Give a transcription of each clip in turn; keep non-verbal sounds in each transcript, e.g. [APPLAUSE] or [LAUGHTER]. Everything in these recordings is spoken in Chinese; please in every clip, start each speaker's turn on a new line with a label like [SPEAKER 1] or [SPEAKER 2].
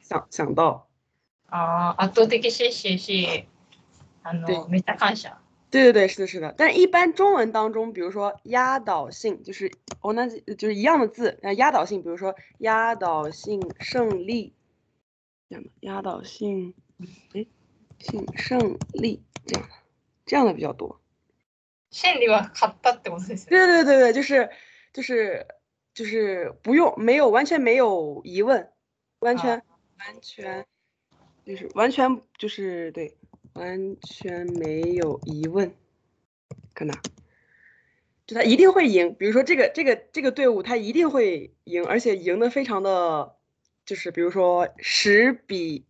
[SPEAKER 1] 想想到，
[SPEAKER 2] 啊，圧倒的谢谢し、あ
[SPEAKER 1] 对
[SPEAKER 2] の、めっちゃ感謝。
[SPEAKER 1] 对对对，是的，是的。但一般中文当中，比如说压倒性，就是哦，那就是一样的字，那压倒性，比如说压倒性胜利，这样的压倒性，哎，性胜利这样的，这样的比较多。
[SPEAKER 2] 千里は買ったってことですよね。
[SPEAKER 1] 对对对对，就是就是就是不用，没有完全没有疑问，完全、完全就是完全就是对，完全没有疑问，看呐，就他一定会赢。比如说这个这个这个队伍，他一定会赢，而且赢得非常的，就是比如说十比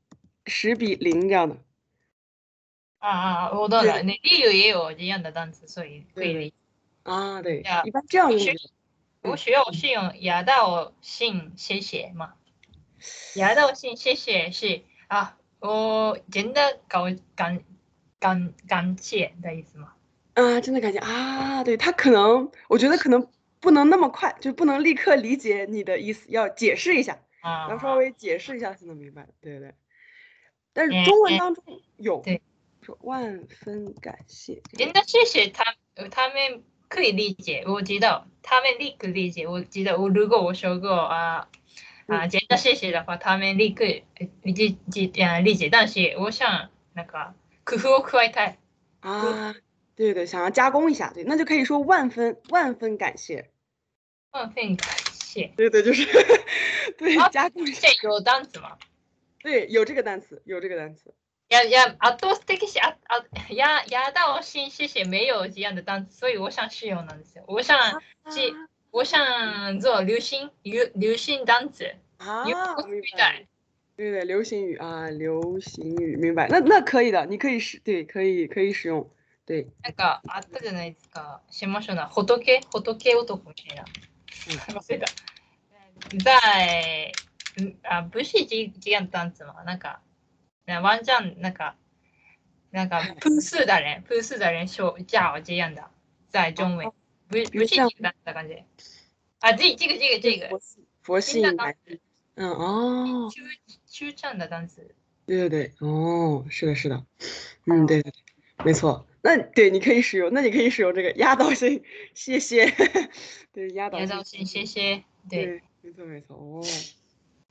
[SPEAKER 1] 十比零这样的。
[SPEAKER 2] ああ、おだらね。理由也有这样的单词，所以可以。
[SPEAKER 1] 啊，对
[SPEAKER 2] 呀，
[SPEAKER 1] 一般这样用
[SPEAKER 2] 学
[SPEAKER 1] 的。
[SPEAKER 2] 我需要信用亚道信谢谢嘛？亚道信谢谢是啊，我真的感感感感谢的意思吗？
[SPEAKER 1] 啊，真的感觉啊，对他可能，我觉得可能不能那么快，就不能立刻理解你的意思，要解释一下，
[SPEAKER 2] 啊
[SPEAKER 1] 要，稍微解释一下才能明白，对对。但是
[SPEAKER 2] 嗯
[SPEAKER 1] 中文
[SPEAKER 2] 嗯
[SPEAKER 1] 当中有，
[SPEAKER 2] 对
[SPEAKER 1] 说万分感谢，
[SPEAKER 2] 真的谢谢他他们可以理解，我知道他们立刻理解，我知道我如果我说过啊。啊，真的谢谢的话，他们立刻理解理解，但是我想那个工夫を加えたい。
[SPEAKER 1] 啊，对对，想要加工一下，对，那就可以说万分万分感谢， [LAUGHS]
[SPEAKER 2] 万分感谢。
[SPEAKER 1] 对对，就是对
[SPEAKER 2] 啊
[SPEAKER 1] 加工一下，
[SPEAKER 2] 这有单词吗？
[SPEAKER 1] 对，有这个单词，有这个单词，
[SPEAKER 2] いやいや、圧倒的是ああいややだ我信谢谢没有这样的单词，所以我想使用なんですよ。我想是我想做流行流流行单词，
[SPEAKER 1] 啊，
[SPEAKER 2] 流
[SPEAKER 1] 啊
[SPEAKER 2] 行
[SPEAKER 1] 明
[SPEAKER 2] 语
[SPEAKER 1] 白。
[SPEAKER 2] 代。
[SPEAKER 1] 对对，流行语啊，流行语，明白？那那可以的，你可以使，对，可以可以使用，对，
[SPEAKER 2] なんかあったじゃないですか。しましょうな。仏仏男みたいな。
[SPEAKER 1] 嗯
[SPEAKER 2] 忘れた。在あ武士違う単詞はなんかなワンチャンなんかなんかプースーだね。プースーだね。しょじゃあ違うんだ。在中文武武士違うだ感じ。あ、じ違う違う違う。
[SPEAKER 1] 佛
[SPEAKER 2] み
[SPEAKER 1] 系
[SPEAKER 2] んな
[SPEAKER 1] 男
[SPEAKER 2] が
[SPEAKER 1] 子，嗯哦，
[SPEAKER 2] 中中ちゃんだ単詞。
[SPEAKER 1] 对对对，哦，是的，是的，嗯，对对对，没错。那对，你可以使用，那你可以使用这个压倒性，谢谢， [LAUGHS] 对，压倒
[SPEAKER 2] やだ
[SPEAKER 1] 性
[SPEAKER 2] おしんしし。で、
[SPEAKER 1] 对，没错没错，哦，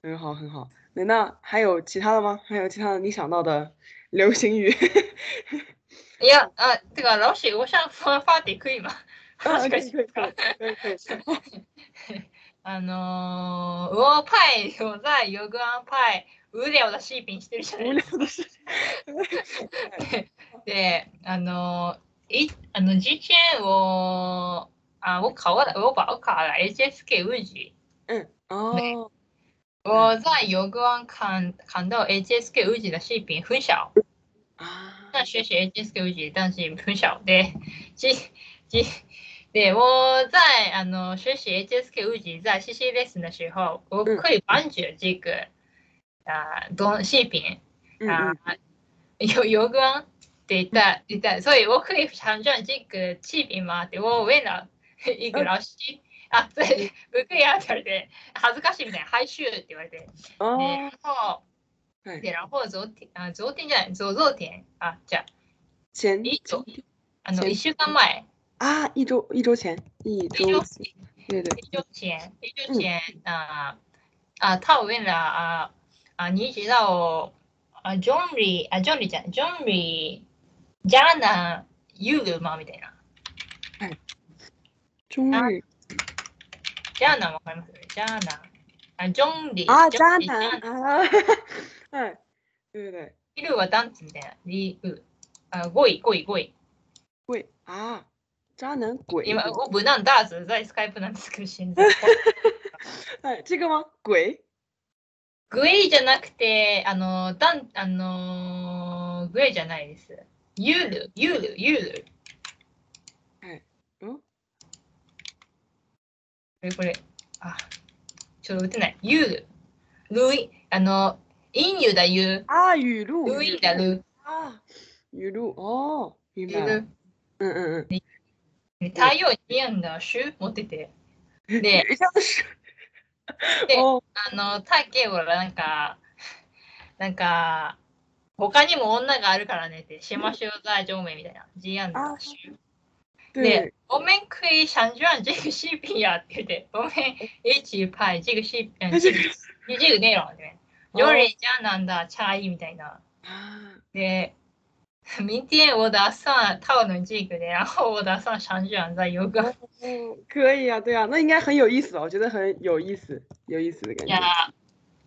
[SPEAKER 1] 很好很好。那那还有其他的吗？还有其他的你想到的流行语？
[SPEAKER 2] いや、あ、てか、ロシ、おしゃんファンファーティクイマ。
[SPEAKER 1] 啊，
[SPEAKER 2] し
[SPEAKER 1] 可
[SPEAKER 2] か
[SPEAKER 1] 以
[SPEAKER 2] し
[SPEAKER 1] 可以可以可以可以。
[SPEAKER 2] あのー、ウオーパイ、ヨザイ、ヨグアンパイ、ウレオだシーピンしてるじゃな
[SPEAKER 1] 无
[SPEAKER 2] い
[SPEAKER 1] 聊的事情。
[SPEAKER 2] で、あのー、い、あの、事件を、あ、我考了，我把我考了 HSK 物理，
[SPEAKER 1] 嗯，哦，
[SPEAKER 2] 我在油光看看到 HSK 物理的视频分享，
[SPEAKER 1] 啊，
[SPEAKER 2] 那学习 HSK 物理，但是分享的，其其，对，我在あの学习 HSK 物理在 CC lesson 的时候，我
[SPEAKER 1] 嗯
[SPEAKER 2] 可以帮助这个啊，东视频。
[SPEAKER 1] 嗯
[SPEAKER 2] 啊
[SPEAKER 1] 嗯，，
[SPEAKER 2] 有有光对的对的，所以我可以想象这个视频嘛，对我为了一个老师啊，对，不可以要点的，恥ずかしいみたいな害羞って言われて、
[SPEAKER 1] 哦，
[SPEAKER 2] 然后
[SPEAKER 1] 对
[SPEAKER 2] 对，然后昨天啊昨天じゃない昨昨天啊，じゃ
[SPEAKER 1] 前
[SPEAKER 2] 一周
[SPEAKER 1] 前
[SPEAKER 2] あの
[SPEAKER 1] 前
[SPEAKER 2] 一週間前
[SPEAKER 1] 啊，一周一周前，一
[SPEAKER 2] 一周
[SPEAKER 1] 周前，对对，
[SPEAKER 2] 一周前一周前啊啊，他为了啊啊你知道啊 John Lee 啊 John Lee じゃない John Lee じゃなユーマみたいな。
[SPEAKER 1] 中
[SPEAKER 2] 啊
[SPEAKER 1] 日
[SPEAKER 2] ジャーナンわかりますジャーナン。あ、ジョンリー。
[SPEAKER 1] 啊，
[SPEAKER 2] ジ
[SPEAKER 1] 渣
[SPEAKER 2] ョンリー
[SPEAKER 1] 男。啊， [LAUGHS] 哎，对对对，
[SPEAKER 2] リルはダンスみたいな。リル。あ、5位、5位、5位。
[SPEAKER 1] 鬼啊，渣男鬼，
[SPEAKER 2] 今、我不能ダーズ在スカイプなんですけど、現 [LAUGHS] 在。
[SPEAKER 1] 哎，这个吗？鬼
[SPEAKER 2] グエイじゃなくて、あの、ダン、あのー、グエイじゃないです。ユール、ユール、ユール。
[SPEAKER 1] 嗯
[SPEAKER 2] これ、これ。あ、ちょっと打てない。ユール。ルイ、あの、インユだユ
[SPEAKER 1] 啊，语录，
[SPEAKER 2] ー。ルイだル。
[SPEAKER 1] 啊，语录哦，明
[SPEAKER 2] ユ
[SPEAKER 1] 白
[SPEAKER 2] ー
[SPEAKER 1] 了
[SPEAKER 2] ル。，
[SPEAKER 1] 嗯嗯嗯，
[SPEAKER 2] 太陽に似合うんだ、シュ持ってて。で、
[SPEAKER 1] 像是，
[SPEAKER 2] で
[SPEAKER 1] 哦，
[SPEAKER 2] あの、タケはなんか、なんか、他にも女があるからねって、しましょう在上面みたいな。ジアン
[SPEAKER 1] あ
[SPEAKER 2] だ。
[SPEAKER 1] 对 네.
[SPEAKER 2] で，我们可以想象这个视频呀，对不对？我们一起拍这个视频，
[SPEAKER 1] 那
[SPEAKER 2] 这
[SPEAKER 1] 这
[SPEAKER 2] 个
[SPEAKER 1] 个
[SPEAKER 2] 这个内容对。有人家なんだ、チャイみたいな。
[SPEAKER 1] 啊，
[SPEAKER 2] で、明天我打算讨论这个的，然后我打算想象在有个
[SPEAKER 1] 嗯，可以啊，对啊，那应该很有意思吧？我觉得很有意思，有意思的感
[SPEAKER 2] いや
[SPEAKER 1] 觉。，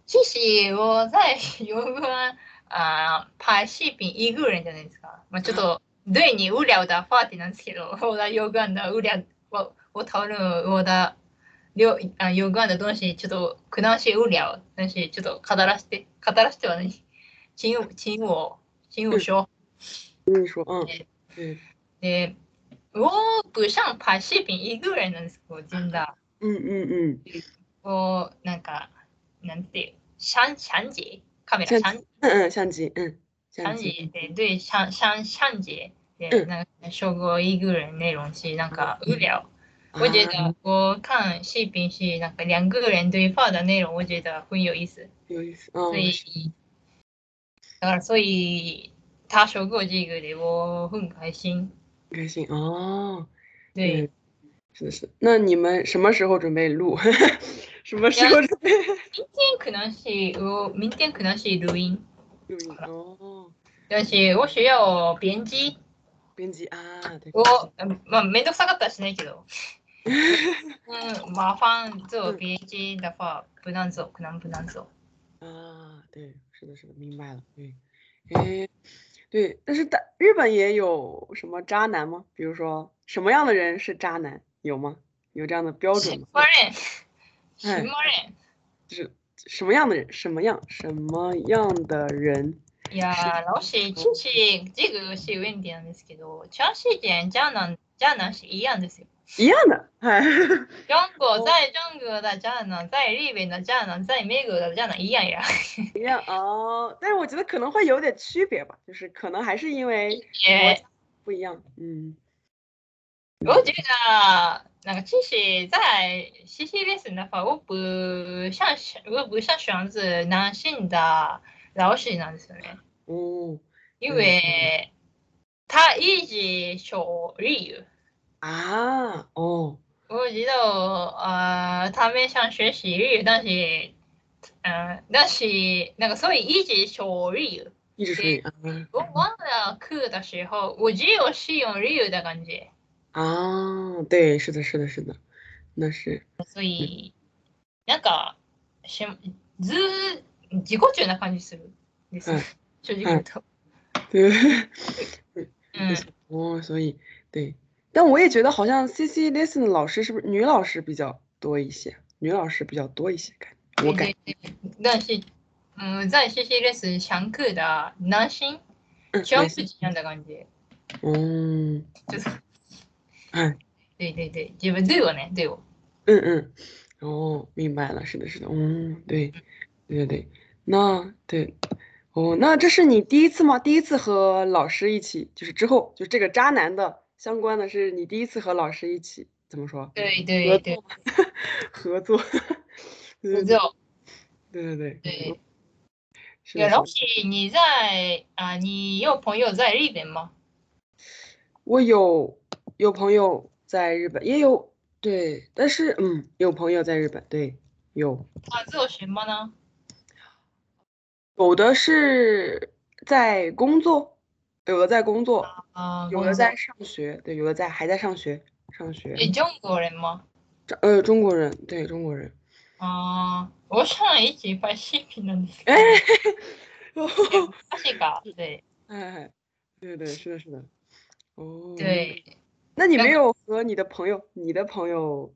[SPEAKER 2] 其实我在有个啊拍视频一个人じゃないですか。まあちょっと对に無聊的话题なんですけど、 [LAUGHS] 我的有关的无聊，我我讨论我的料あ有关的东西ちょっとくなし無聊，但是ちょっと語らせて語らせてはない。请我请我请我说。
[SPEAKER 1] 跟你说，嗯，对，
[SPEAKER 2] で、我不想拍视频一个人なんですけど、真的。
[SPEAKER 1] 嗯嗯嗯，
[SPEAKER 2] こう、なんか、なんていう、シャン、シャンジーカメラ、シ
[SPEAKER 1] シャン嗯
[SPEAKER 2] ャン、シ
[SPEAKER 1] 嗯，相机，嗯，相
[SPEAKER 2] ャンジ
[SPEAKER 1] 机
[SPEAKER 2] ー，で、で、シャン、シャン、シャンジーで、
[SPEAKER 1] うん
[SPEAKER 2] なんか、称号イグル内容し、なんか、
[SPEAKER 1] うん
[SPEAKER 2] 無聊。
[SPEAKER 1] 啊
[SPEAKER 2] 我觉得，我看视频是なんか两个人对话的内容，我觉得很有意思。
[SPEAKER 1] 有意思，嗯
[SPEAKER 2] 所，以，だからそういう他称号这个で我很开心。
[SPEAKER 1] 很开心哦。
[SPEAKER 2] 对
[SPEAKER 1] 嗯，是的，是的。那你们什么时候准备录？ [LAUGHS] 什么时候准备
[SPEAKER 2] 明天可能是我明天可能是录音，
[SPEAKER 1] 录音？哦，
[SPEAKER 2] 但是我需要编辑。
[SPEAKER 1] 编辑啊，对，
[SPEAKER 2] を、まあ、めんどくさかったらしない
[SPEAKER 1] [LAUGHS]
[SPEAKER 2] けど。うん、まあ、ファンゾ、
[SPEAKER 1] うん
[SPEAKER 2] BH だファ、ブナンゾ、クナンブナンゾ。
[SPEAKER 1] 啊，对，是的，是的，明白了。对，诶，对，但是大日本也有什么渣男吗？比如说什么样的人是渣男？有吗？有这样的标
[SPEAKER 2] シ
[SPEAKER 1] 准
[SPEAKER 2] ン
[SPEAKER 1] 吗？
[SPEAKER 2] マレン。シンマレ
[SPEAKER 1] 就是什么样的人？什么样？什么样的人？
[SPEAKER 2] ン。いやー、ラオシ、チンシ、ジグシウェンディなんですけど、チャンシージェン、ジャーナン、ジャーナンシ、イヤンですよ。
[SPEAKER 1] 一样的，哎， [LAUGHS]
[SPEAKER 2] ジョンゴ、ザイ、ジョングだ、ジャーナン、ザイ、リーベンだ、ジャーナン、ザイ、メグだ、ジャーナン、イヤンや。
[SPEAKER 1] 一样哦。但是我觉得可能会有点区别吧，就是可能还是因为
[SPEAKER 2] え
[SPEAKER 1] 不一样，嗯。
[SPEAKER 2] ー、我觉得、なんか、チンシ、ザイ、シシレスなファ、オブ、シャンシ、オブ、シャンシャンズ、ナンシンダ、ラオシなんですよね。
[SPEAKER 1] 哦
[SPEAKER 2] 因为他一直手理由，
[SPEAKER 1] 啊，哦，
[SPEAKER 2] 我知道呃，他们想学习日语，但是，嗯、但是那个所以一直手理由，
[SPEAKER 1] 一直吹啊
[SPEAKER 2] 我忘了课的时候，我只有使用日语的感觉，
[SPEAKER 1] 啊，对，是的，是的，是的，那是
[SPEAKER 2] 所以なんかしず自己中な感じするんですよ
[SPEAKER 1] うん
[SPEAKER 2] 正直言うと。
[SPEAKER 1] 对，
[SPEAKER 2] うん
[SPEAKER 1] 哦，所以对，但我也觉得好像 C C Listen 的老师是不是女老师比较多一些？女老师比较多一些，感我感
[SPEAKER 2] 对对对但是，嗯，在 CCLS 上课的男生
[SPEAKER 1] 嗯
[SPEAKER 2] 全
[SPEAKER 1] 没
[SPEAKER 2] 部
[SPEAKER 1] 事
[SPEAKER 2] 这样的感觉，
[SPEAKER 1] 嗯
[SPEAKER 2] 就是
[SPEAKER 1] 嗯
[SPEAKER 2] 对对对，自分对我呢，对我，
[SPEAKER 1] 嗯嗯，哦，明白了，是的，是的，嗯，对，对对对，那对，哦，那这是你第一次吗？第一次和老师一起，就是之后，就这个渣男的相关的是你第一次和老师一起怎么说？
[SPEAKER 2] 对
[SPEAKER 1] 合
[SPEAKER 2] 对对
[SPEAKER 1] 作，合作， [LAUGHS] 对对
[SPEAKER 2] 合
[SPEAKER 1] 对
[SPEAKER 2] 作，
[SPEAKER 1] 对对
[SPEAKER 2] 对。
[SPEAKER 1] 是的
[SPEAKER 2] 对，
[SPEAKER 1] 是的
[SPEAKER 2] 老师，你在啊？你有朋友在日本吗？
[SPEAKER 1] 我有有朋友在日本，也有对，但是嗯，有朋友在日本，对，有
[SPEAKER 2] 他做什么呢？
[SPEAKER 1] 有的是在工作，有的在工作，
[SPEAKER 2] 啊，
[SPEAKER 1] 有的在上学，对，有的在还在上学，上学。
[SPEAKER 2] 是中国人吗？
[SPEAKER 1] 中呃，中国人，对中国人。 [LAUGHS]
[SPEAKER 2] 啊，我上一集拍视频了，
[SPEAKER 1] 哎，
[SPEAKER 2] 他 [LAUGHS] 是个对
[SPEAKER 1] 哎，对对，是的，是的。哦，。
[SPEAKER 2] 对。
[SPEAKER 1] 那你
[SPEAKER 2] 然
[SPEAKER 1] 没有和你的朋友，你的朋友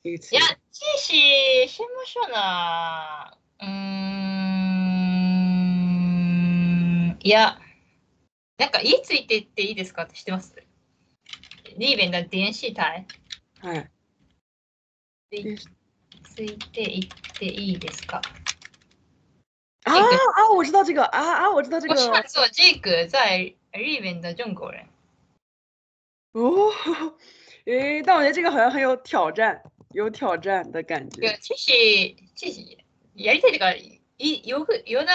[SPEAKER 1] 一
[SPEAKER 2] い
[SPEAKER 1] 起
[SPEAKER 2] や、ちし、しましょうな。うーん。いや、なんか、いついてっていいですかって知ってますリーベンだ、電子体。
[SPEAKER 1] 哎，
[SPEAKER 2] い
[SPEAKER 1] 電
[SPEAKER 2] ついていっていいですか
[SPEAKER 1] 啊啊，我知道这个啊啊，我知道这
[SPEAKER 2] 我上
[SPEAKER 1] 个
[SPEAKER 2] 次ジーク在リーベンだ、中国人。
[SPEAKER 1] [LAUGHS] 哦。诶，但我觉得这个好像很有挑战，有挑战的感
[SPEAKER 2] いや
[SPEAKER 1] 觉。
[SPEAKER 2] 知識知識やりたいとかいよくよな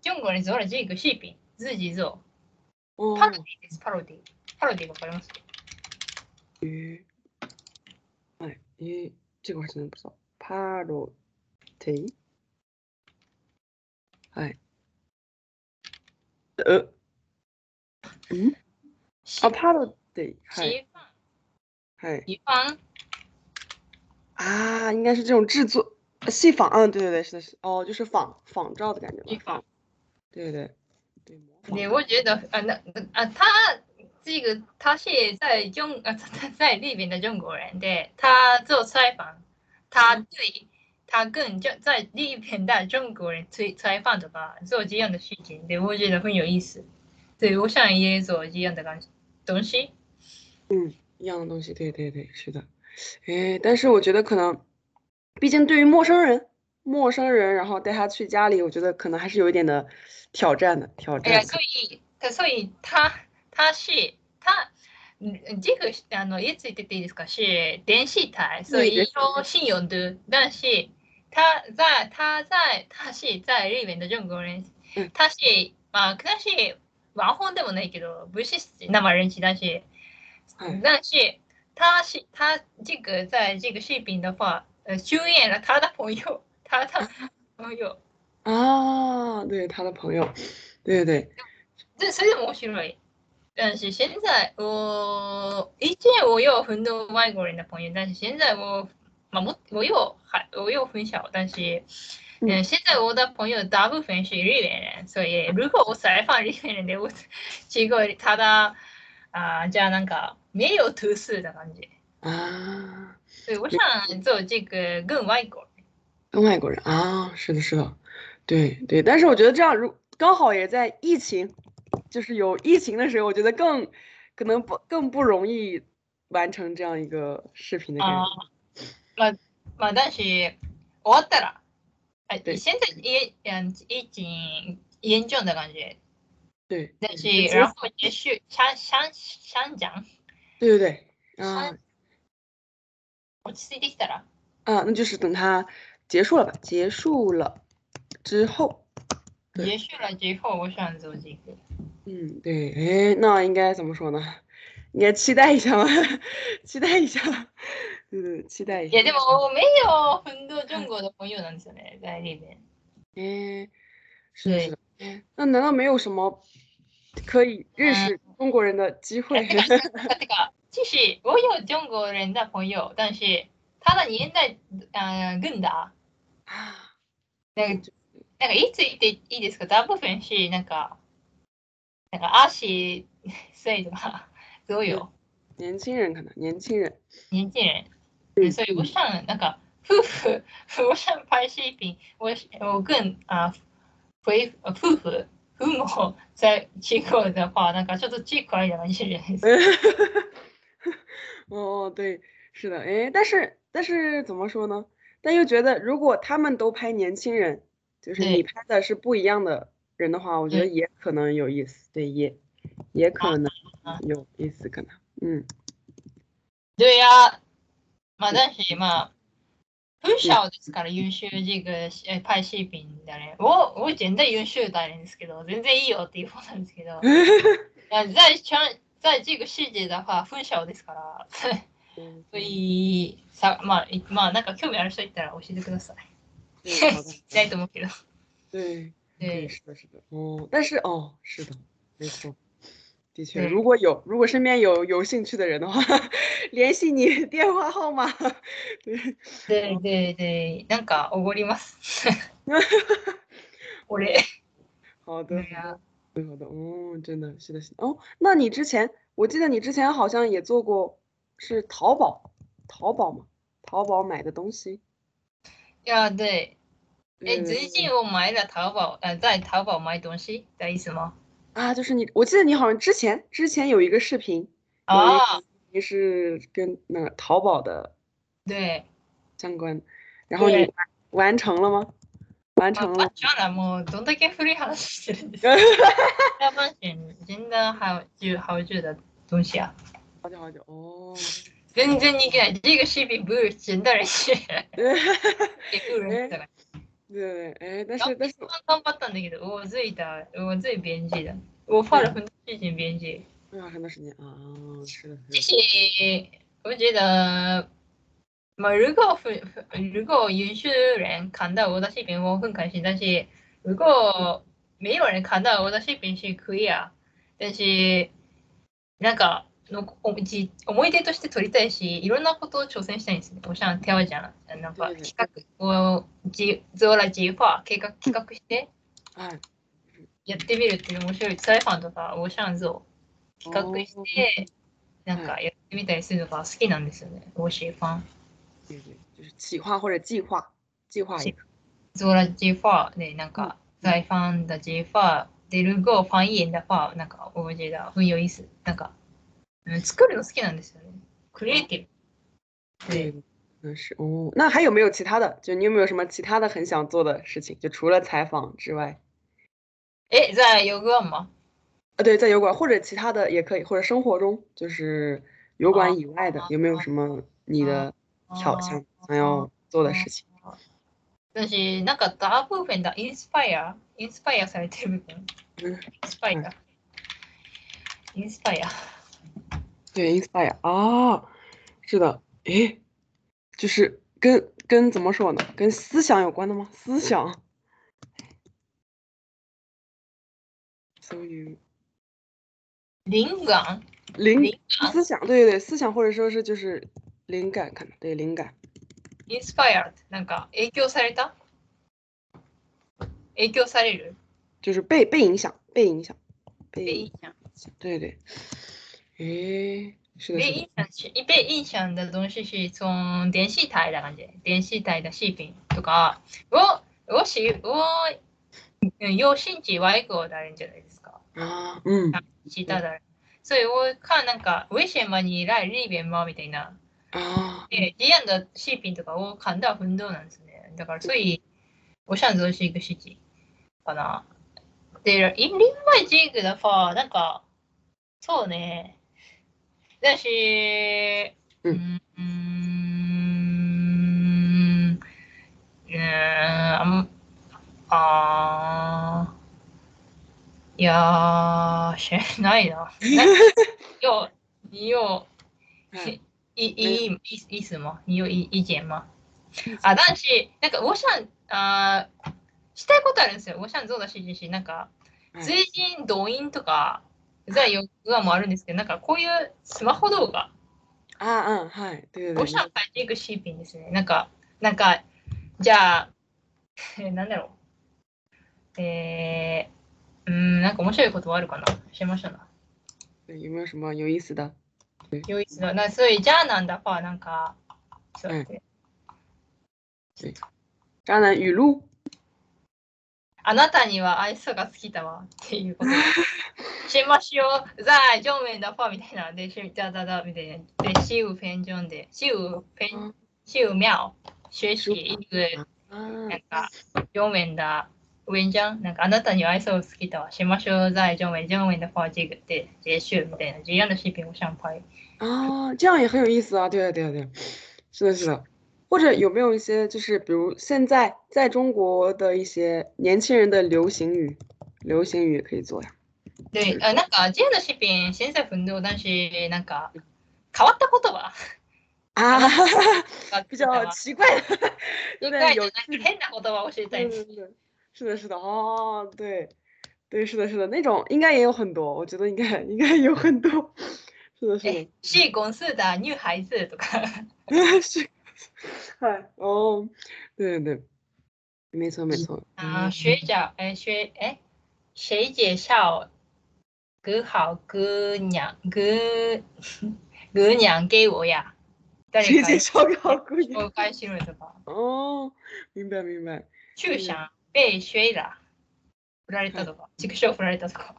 [SPEAKER 2] ジョンゴにゾラジークシーピンズージーゾ
[SPEAKER 1] 哦
[SPEAKER 2] ーパロディですパロディパロディわかります
[SPEAKER 1] 哎，咦，这个我还真的不知道。Parody，哎，呃，嗯，
[SPEAKER 2] シ
[SPEAKER 1] 啊，Parody，嗨
[SPEAKER 2] シファン
[SPEAKER 1] 嗨
[SPEAKER 2] シファン
[SPEAKER 1] 啊，应该是这种制作戏仿，嗯，对对对，是的是，哦，就是仿仿照的感觉
[SPEAKER 2] シ
[SPEAKER 1] 吧，
[SPEAKER 2] ファン
[SPEAKER 1] 对对对，模仿
[SPEAKER 2] 对，我觉得啊，那啊，他这个他是在中啊，他在那边的中国人，对他做采访，他对他跟就在那边的中国人采采访的吧，做这样的事情，对我觉得很有意思。对，我想也做这样的感东西。
[SPEAKER 1] 一样的东西，对对对，是的，哎，但是我觉得可能，毕竟对于陌生人，陌生人，然后带他去家里，我觉得可能还是有一点的挑战的，挑
[SPEAKER 2] 哎呀，
[SPEAKER 1] 战。
[SPEAKER 2] 所以他所以他他是他。嗯这个あのいつ言ってていいですか是電子台，所
[SPEAKER 1] いいで
[SPEAKER 2] 以
[SPEAKER 1] す
[SPEAKER 2] 说信用的，但是他在他在他是在日本的中国人
[SPEAKER 1] うん，
[SPEAKER 2] 他是まあ他是ワンホンでもないけど、不是生人气，但是
[SPEAKER 1] はい
[SPEAKER 2] 但是他是他这个在这个视频的话，呃，修炼了他的朋友，他的朋友，
[SPEAKER 1] 啊，对他的朋友，对对对，
[SPEAKER 2] で、それでも面白い。但是现在我以前我有很多外国人的朋友，但是现在我まあも我有还我有分享，但是
[SPEAKER 1] 嗯
[SPEAKER 2] 嗯，现在我的朋友大部分是日本人，所以如果我采访日本人で我结果ただ啊，じゃあなんか没有特色的感じ。
[SPEAKER 1] 啊，
[SPEAKER 2] 所以我想做这个更外国人。
[SPEAKER 1] 跟外国人啊，是的，是的，对对，但是我觉得这样，如刚好也在疫情，就是有疫情的时候，我觉得更可能不更不容易完成这样一个视频的感觉。
[SPEAKER 2] あまあ、まあ、男子終わったら、あ
[SPEAKER 1] 对
[SPEAKER 2] 现在也嗯，疫情严重的感觉，
[SPEAKER 1] 对，嗯
[SPEAKER 2] 但是
[SPEAKER 1] 其实
[SPEAKER 2] 然后也是想想想讲，
[SPEAKER 1] 对对对，啊
[SPEAKER 2] 想落ち着いてきたら、
[SPEAKER 1] 啊，那就是等它结束了吧？结束了之后，对
[SPEAKER 2] 也许了之后，我想做这个。
[SPEAKER 1] 嗯，对，哎，那应该怎么说呢？应该期待一下吧， [LAUGHS] 期待一下，对对，期待一
[SPEAKER 2] い
[SPEAKER 1] 下
[SPEAKER 2] や。でも没有很多中国的朋友なんですよね，在那边。
[SPEAKER 1] 哎，是的，
[SPEAKER 2] 对
[SPEAKER 1] 是的，哎，那难道没有什么可以认识中国人的机
[SPEAKER 2] [LAUGHS]
[SPEAKER 1] 会？ [LAUGHS]
[SPEAKER 2] だってか、其实我有中国人的朋友，但是他的年代嗯、呃、更大。
[SPEAKER 1] 啊，
[SPEAKER 2] なんか、なんかいつ言っていいですかダブフェンシー、なんか、なんかアーシー、セイとか、そうよ、
[SPEAKER 1] 年轻人可能，年轻人，
[SPEAKER 2] 年轻人。
[SPEAKER 1] 嗯
[SPEAKER 2] そういう、我想、なんか、夫婦、我想拍视频、我我跟、あ、夫夫婦、夫も在中国的话、なんかちょっと中国人のじゃ [LAUGHS] ないですか。
[SPEAKER 1] [LAUGHS] 哦，对，是的，哎，但是但是怎么说呢？但又觉得，如果他们都拍年轻人，就是你
[SPEAKER 2] 对嗯
[SPEAKER 1] 拍的是不一样的人的话，我觉得也可能有意思，对，也也可能
[SPEAKER 2] 啊
[SPEAKER 1] 有意思，可能，嗯，
[SPEAKER 2] 对呀、まあ、だし、まあ、風車ですから優秀ジグ、えパイシーピンだね。お、お、全然優秀だねんですけど、全然いいよっていう方なんですけど、 [LAUGHS] 在全在这个世界的话、風車ですから、嗯所以、さまあ、いまあ、なんか興味ある人いたら教えてください。
[SPEAKER 1] [LAUGHS] 对好的
[SPEAKER 2] ないと思うけど。
[SPEAKER 1] 对，对，
[SPEAKER 2] 对
[SPEAKER 1] 是的，是的，哦，但是哦，是的，没错，的确，
[SPEAKER 2] 对
[SPEAKER 1] 如果有，如果身边有有兴趣的人的话， [LAUGHS] 联系你电话号码， [LAUGHS] 对，
[SPEAKER 2] で、で、で、なんかおごります。俺。
[SPEAKER 1] 好的，好的
[SPEAKER 2] 对呀、
[SPEAKER 1] 对，好的，哦，真的是的，是的，哦，那你之前，我记得你之前好像也做过，是淘宝，淘宝吗？淘宝买的东西，
[SPEAKER 2] いや、で、え、
[SPEAKER 1] 嗯
[SPEAKER 2] 哎最近我买了淘宝、呃、在淘宝买东西的意思吗
[SPEAKER 1] 啊，就是你，我记得你好像之前之前有一个视频，
[SPEAKER 2] ああ、
[SPEAKER 1] 你是跟那个淘宝的
[SPEAKER 2] 对。
[SPEAKER 1] 相关，然后你
[SPEAKER 2] 对
[SPEAKER 1] 完完成了吗？完成
[SPEAKER 2] まあ
[SPEAKER 1] 了，
[SPEAKER 2] 今日はもうどんだけ古い話してるんですか台湾人人的还有就还有觉得东西啊。
[SPEAKER 1] 好久好久哦，
[SPEAKER 2] 全然逃げない。这个视频不是真的人写，
[SPEAKER 1] 对
[SPEAKER 2] 给路人写的。
[SPEAKER 1] 对，哎，但
[SPEAKER 2] 然后
[SPEAKER 1] 是但
[SPEAKER 2] 一
[SPEAKER 1] 是
[SPEAKER 2] 番頑張ったんだけど、我自己打，我自己编辑的，我花了很多事情编辑。
[SPEAKER 1] 非常哎长的时间啊，是的，
[SPEAKER 2] 就是是我觉得，まあ如果分如果允许人看到我的视频，我很开心。但是如果没有人看到我的视频是可以啊。但是なんかのおじ思い出として撮りたいし、いろんなことを挑戦したいんですね。おしゃん手はじゃん。なんか
[SPEAKER 1] うん
[SPEAKER 2] 企画をじゾーラジーファー計画企画し
[SPEAKER 1] 的，
[SPEAKER 2] て
[SPEAKER 1] 哎，
[SPEAKER 2] やってみるっていうの面白い。サイファンとかオーシャンズを
[SPEAKER 1] 哦
[SPEAKER 2] 企画して、なんかやってみたりするのが好きなんですよね。オーシーファン。
[SPEAKER 1] 对对，就是企划或者计划，计划一个，
[SPEAKER 2] ゾーラ G ファーで、なんか、ザイファンダ G ファー、デルゴーファンイエンダファー、なんか、オージェダ、運用イス、なんか、うん作るの好きなんですよね。クリエイティブ。
[SPEAKER 1] 对，嗯那是哦。那还有没有其他的？就你有没有什么其他的很想做的事情？就除了采访之外，
[SPEAKER 2] え、ザイヨグアンマ
[SPEAKER 1] 啊，对，在油管或者其他的也可以，或者生活中就是油
[SPEAKER 2] 啊
[SPEAKER 1] 管以外的，有没有什么你的挑
[SPEAKER 2] あー
[SPEAKER 1] 想想要做的事情？
[SPEAKER 2] 私、なんか、ダープーフェンダ、インスパイア、インスパイアされてるみたいな。
[SPEAKER 1] うん
[SPEAKER 2] インスパイア。インスパイア。
[SPEAKER 1] 对，inspire 啊，是的，诶，就是跟跟怎么说呢？跟思想有关的吗？思想。 [LAUGHS] そういう
[SPEAKER 2] リンガン
[SPEAKER 1] 灵
[SPEAKER 2] 灵感
[SPEAKER 1] 思想，对对对，思想或者说是就是灵感，可能对灵感。
[SPEAKER 2] インスパイアって、なんか、影響された影響される
[SPEAKER 1] 就是被被影响，被影响，被
[SPEAKER 2] 被
[SPEAKER 1] 影
[SPEAKER 2] 影響。
[SPEAKER 1] 响，对对。诶，是的，是
[SPEAKER 2] 被
[SPEAKER 1] 的，
[SPEAKER 2] 影响し、被影響だとしし、その電子体だ感じ。電子体だシーピンとか、を、をし、を、用心地悪くなるんじゃないですか。
[SPEAKER 1] 啊，嗯，
[SPEAKER 2] しただ。そういうか、なんか、ウェシェマにライリーベンマみたいな。
[SPEAKER 1] 啊，
[SPEAKER 2] で、ジアンだシーピンとかを噛んだ運動なんですね。だから、そういう、オシャンズオシーグシチかな。で、インリンマイジーグだファー、なんか、そうね。だし、
[SPEAKER 1] うん
[SPEAKER 2] ん、うーん、うーん、あん、あー、いやー、知らないな。よ、よ、
[SPEAKER 1] 哎
[SPEAKER 2] いいいいいいすも、いいよいい意見も。あ、男子、なんか、オーシャン、あーしたいことあるんですよ。オーシャンゾーだし、し、なんか、
[SPEAKER 1] 哎
[SPEAKER 2] 追人動員とか、ザ・ヨガもあるんですけど、なんか、こういうスマホ動画、
[SPEAKER 1] 啊嗯，嗨，对对
[SPEAKER 2] オー
[SPEAKER 1] 对
[SPEAKER 2] シャンパイティングシーピンですね。なんか、なんか、じゃあ、 [LAUGHS] えーなんだろう。えー、うーん、なんか面白いことはあるかな。しましたな。
[SPEAKER 1] 对，有没有什么有意思的？
[SPEAKER 2] よいしょな、そういう、じゃあなんだ、ファー、なんか、そうやって
[SPEAKER 1] 渣男语录。
[SPEAKER 2] あなたには愛想が尽きたわっていうこと。しましょう、ザイ、ジョンウェンダファーみたいな、で、しダダダみたいな、で、シウフェンジョンで、シウフェン、シウミャオ、シュエシキ、イグ、
[SPEAKER 1] 啊
[SPEAKER 2] なんか、ジョンウェンダ、ウェンジャン、なんか、あなたには愛想が尽きたわ、しましょう、ザイ、ジョンウェン、ジョンウェンダファージグって、ジェシュみたいな、ジアンのシーピングシャンパイ。
[SPEAKER 1] 啊，这样也很有意思啊！对啊，对啊，对啊，是的，是的。或者有没有一些就是比如现在在中国的一些年轻人的流行语，流行语也可以做呀。
[SPEAKER 2] で、あなんか、ジアンのシーピン、先生奮闘だし、なんか、変わった言葉
[SPEAKER 1] [LAUGHS] 啊，
[SPEAKER 2] が
[SPEAKER 1] 比
[SPEAKER 2] 来た
[SPEAKER 1] 较
[SPEAKER 2] わ。
[SPEAKER 1] 奇怪的，有
[SPEAKER 2] 一
[SPEAKER 1] 点
[SPEAKER 2] 回じゃ
[SPEAKER 1] 有
[SPEAKER 2] なくて変な言葉を教えたい
[SPEAKER 1] 对
[SPEAKER 2] です。
[SPEAKER 1] 对对，是的，是的，哦，对，对，是的，是的，那种应该也有很多，我觉得应该应该有很多。是的，是
[SPEAKER 2] え
[SPEAKER 1] 的，、
[SPEAKER 2] シーゴンスーダー、ニューハイズーとか。
[SPEAKER 1] 嗯 [LAUGHS] 是，嗨，哦，对对对，没错没错。
[SPEAKER 2] あー
[SPEAKER 1] 嗯
[SPEAKER 2] 啊学長、え、学、え、学姐笑、グーハオ、グーニャン、グ [LAUGHS] ー、グーニャン、ゲイオや。誰
[SPEAKER 1] 学
[SPEAKER 2] か
[SPEAKER 1] 姐烧烤姑娘。
[SPEAKER 2] 紹介しろよとか。
[SPEAKER 1] 哦，明白明白。
[SPEAKER 2] 中車、ベイ、シュエイラ。振られたと
[SPEAKER 1] 嗯
[SPEAKER 2] か。畜生振られた
[SPEAKER 1] [LAUGHS]
[SPEAKER 2] とか。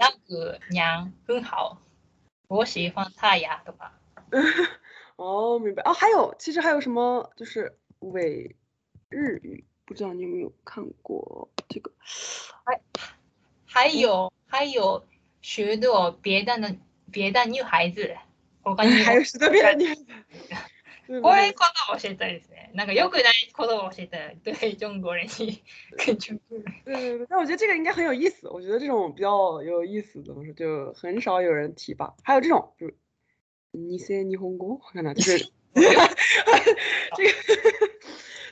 [SPEAKER 2] ランク、ニャン、フンハオ。ボシ、ファンタイヤとか。
[SPEAKER 1] 哎哦，明白。哦，还有，其实还有什么？就是伪日语，不知道你有没有看过这个？
[SPEAKER 2] 还有、还有、学的、别的、别的女孩子。他に
[SPEAKER 1] [LAUGHS]
[SPEAKER 2] も
[SPEAKER 1] 还有十多遍，你还对不
[SPEAKER 2] こうい
[SPEAKER 1] 对？
[SPEAKER 2] うことを教えたいですね。なんか良くないことを教えたい。对中国人に。
[SPEAKER 1] 对对对，但我觉得这个应该很有意思。我觉得这种比较有意思，怎么说，就很少有人提吧。还有这种，就是你先霓虹国，我看到就是 [LAUGHS] 这个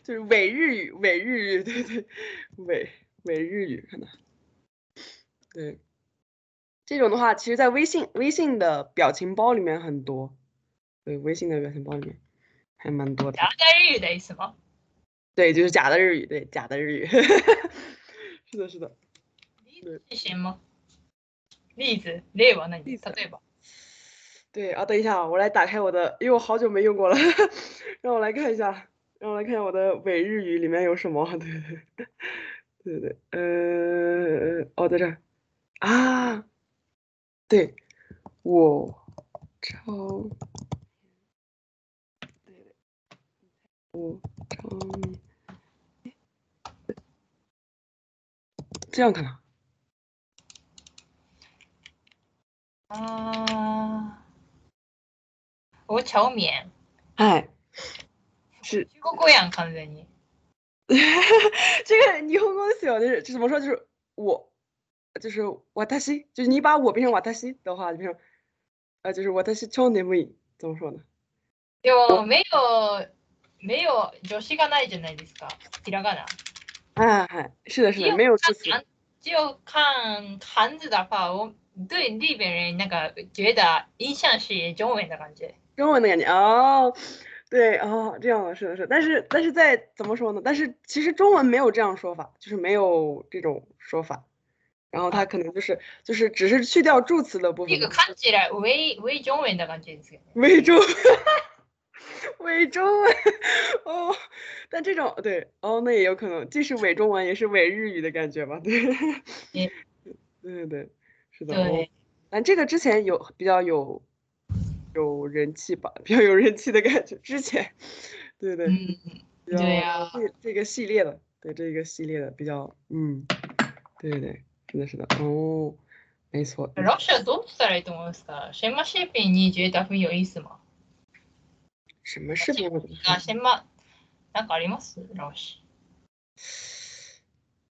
[SPEAKER 1] 就是伪日语，伪日语，对对，伪伪日语，看到，对。这种的话，其实，在微信微信的表情包里面很多，对，微信的表情包里面还蛮多的。
[SPEAKER 2] ダジャレ语ですもん。
[SPEAKER 1] 对，就是假的日语，对，假的日语。 [LAUGHS] 是的，是的。
[SPEAKER 2] 自身も。リーズ、例は何例
[SPEAKER 1] リーズ
[SPEAKER 2] えば。
[SPEAKER 1] 对啊，等一下啊，我来打开我的，因为我好久没用过了，让我来看一下，让我来看一下我的伪日语里面有什么。啊对 [LAUGHS] 对对对对，呃，哦，在这儿啊，对，我超，对对，我超 [LAUGHS] 你，这样看啊，
[SPEAKER 2] あー。お茶を見えん。
[SPEAKER 1] 哎，是 [LAUGHS]
[SPEAKER 2] 中国語やん、完全に。
[SPEAKER 1] 这个霓虹公喜欢的是，就怎么说？就是我，就是我他西，就是你把我变成我他西的话，就变成，呃，就是我他西超内幕影，怎么说呢？
[SPEAKER 2] でも、目を、目を、助詞がないじゃないですか。ひらがな。
[SPEAKER 1] 哎哎，是的，是的，没有助词。
[SPEAKER 2] 只有看汉字的话，我对日本人那个觉得印象是中文的感觉。
[SPEAKER 1] 中文的感觉哦，对哦，这样的是的是的，但是但是在怎么说呢？但是其实中文没有这样说法，就是没有这种说法。然后他可能就是就是只是去掉助词的部
[SPEAKER 2] 这
[SPEAKER 1] 分
[SPEAKER 2] 啊个
[SPEAKER 1] 嘛，
[SPEAKER 2] 看起来为为中文的感觉ですよね。
[SPEAKER 1] 伪中， [LAUGHS] 伪中文哦，但这种对哦，那也有可能，既是伪中文，也是伪日语的感觉吧？对，对
[SPEAKER 2] 也
[SPEAKER 1] [LAUGHS] 对对，是的。哦
[SPEAKER 2] 对，
[SPEAKER 1] 但这个之前有比较有有人气吧，比较有人气的感觉。之前，对对，
[SPEAKER 2] 嗯，
[SPEAKER 1] 比较
[SPEAKER 2] 对呀
[SPEAKER 1] 这这个系列的，对这个系列的比较，嗯，对对对，是的，是的，哦，没错。
[SPEAKER 2] ロシアどうしたらいいと思いますかシェマシェピンに住宅用意思も。
[SPEAKER 1] 什么视频？我怎么看
[SPEAKER 2] あ、シェマ、なんかありますロシ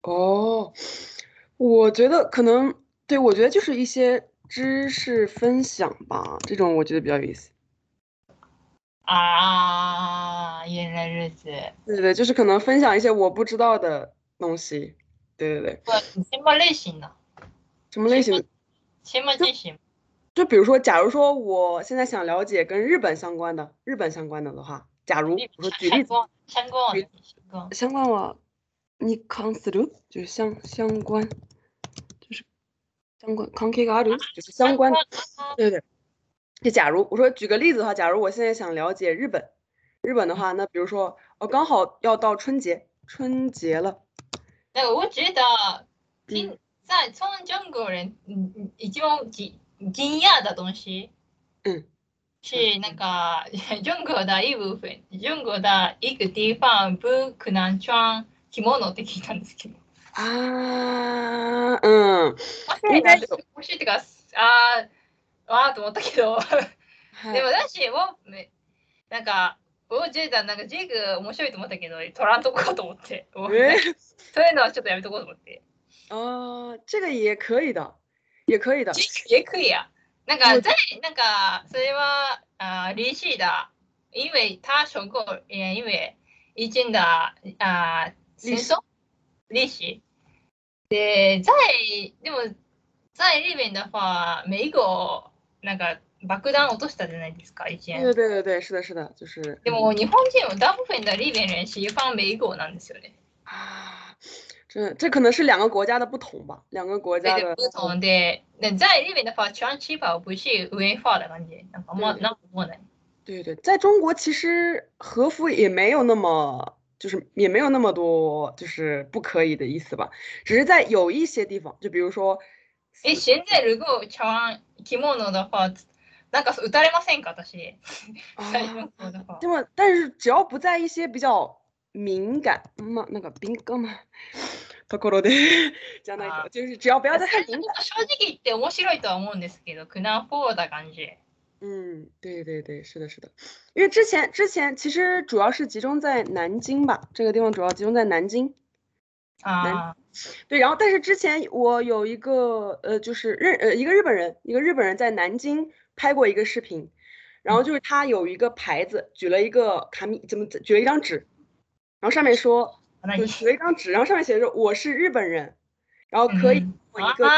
[SPEAKER 1] 哦，我觉得可能对，我觉得就是一些知识分享吧，这种我觉得比较有意思。
[SPEAKER 2] ア。あー、原来如此。
[SPEAKER 1] 对对，就是可能分享一些我不知道的东西。对对对，
[SPEAKER 2] シェマレーシンな。
[SPEAKER 1] 什么类型的？
[SPEAKER 2] シェマ自身。
[SPEAKER 1] 就比如说，假如说我现在想了解跟日本相关的、日本相关的的话，假如我说举
[SPEAKER 2] シャ
[SPEAKER 1] 例
[SPEAKER 2] ン
[SPEAKER 1] 子，
[SPEAKER 2] ゴン、シャンゴン、シャンゴン。
[SPEAKER 1] 相关我，你 c o n s i d e 就是相相关，就是相关 c o n c i g a r 就是相关的。对对，就假如我说举个例子的话，假如我现在想了解日本，日本的话，那比如说我、哦、刚好要到春节，春节了，
[SPEAKER 2] なんか、我觉得、
[SPEAKER 1] 嗯
[SPEAKER 2] 今在从中国人嗯一番惊惊讶的东西
[SPEAKER 1] 嗯，
[SPEAKER 2] 是那 [LAUGHS] 个中国的一部分，中国的一个地方不可能穿着物って聞いたんですけど。
[SPEAKER 1] 啊，嗯，应该有
[SPEAKER 2] 面白いってか、あー、わーと思ったけど、 [LAUGHS] でも
[SPEAKER 1] 嗨
[SPEAKER 2] 私も、ねなんか、我觉得なんかジェイク面白いと思ったけど、取らんとこうと思って、もう
[SPEAKER 1] 哎，
[SPEAKER 2] [LAUGHS] そういうのはちょっとやめとこうと思って。
[SPEAKER 1] 哦，这个也可以的，也可以的，
[SPEAKER 2] 也可以啊。那
[SPEAKER 1] 我
[SPEAKER 2] 个在那个，所以ว่า啊，联系的，因为他说过，也因为以前的啊，
[SPEAKER 1] 历
[SPEAKER 2] 戦
[SPEAKER 1] 史
[SPEAKER 2] 争历史。で、在でも在日本的话，美国なんか爆弾落としたじゃないですか、
[SPEAKER 1] 对
[SPEAKER 2] 以
[SPEAKER 1] 对
[SPEAKER 2] 前。
[SPEAKER 1] 对对对，是的，是的，就是嗯
[SPEAKER 2] でも日本人は大部分的日本人喜欢美国なんですよね。
[SPEAKER 1] 啊，这这可能是两个国家的不同吧，两个国
[SPEAKER 2] 对
[SPEAKER 1] 家
[SPEAKER 2] 对，
[SPEAKER 1] 的
[SPEAKER 2] 不同で、で在日本的话，穿旗袍不是文化的感じ。なんかあんま
[SPEAKER 1] 对
[SPEAKER 2] なんか思わない。
[SPEAKER 1] 对对，在中国其实和服也没有那么，就是也没有那么多，就是不可以的意思吧。只是在有一些地方，就比如说，
[SPEAKER 2] え、现在如果穿着物的话，なんか打たれませんか私。
[SPEAKER 1] 啊，
[SPEAKER 2] 最近の的话
[SPEAKER 1] 那么但是只要不在一些比较敏感嗯嘛，那个敏感嘛，ところで [LAUGHS] じゃない
[SPEAKER 2] 啊 [LAUGHS]
[SPEAKER 1] と，就是只要不要在太
[SPEAKER 2] 最
[SPEAKER 1] 敏
[SPEAKER 2] 近
[SPEAKER 1] 感。
[SPEAKER 2] 正直言って面白いとは思うんですけど、クナフォーだ感じ。
[SPEAKER 1] 嗯，对对对，是的，是的，因为之前之前其实主要是集中在南京吧，这个地方主要集中在南京。
[SPEAKER 2] 啊
[SPEAKER 1] 对，然后但是之前我有一个呃，就是日呃一个日本人，一个日本人在南京拍过一个视频，然后就是他有一个牌子，举了一个卡米，怎么举了一张纸，然后上面说，
[SPEAKER 2] 那
[SPEAKER 1] 就
[SPEAKER 2] 你
[SPEAKER 1] 举了一张纸，然后上面写着我是日本人，然后可以
[SPEAKER 2] 嗯
[SPEAKER 1] 我一个，
[SPEAKER 2] あ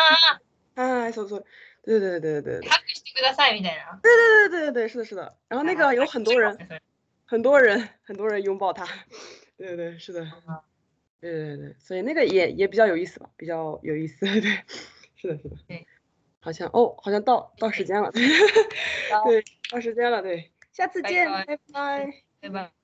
[SPEAKER 1] 哎，所所，对对对对对对
[SPEAKER 2] ー、拍手してくださいみたいな。
[SPEAKER 1] 对对对对，是的，是的，然后那个有很多人，很多人很多人拥抱他， [LAUGHS] 对对对，是的，
[SPEAKER 2] 嗯
[SPEAKER 1] 对对对，所以那个也也比较有意思吧，比较有意思， [LAUGHS] 对，是的，是的，
[SPEAKER 2] 对，
[SPEAKER 1] 好像哦，好像到 [LAUGHS] 到时间了，对，对，到时间了，对，下次
[SPEAKER 2] 拜
[SPEAKER 1] 见，
[SPEAKER 2] 拜
[SPEAKER 1] 拜拜
[SPEAKER 2] バイバイ。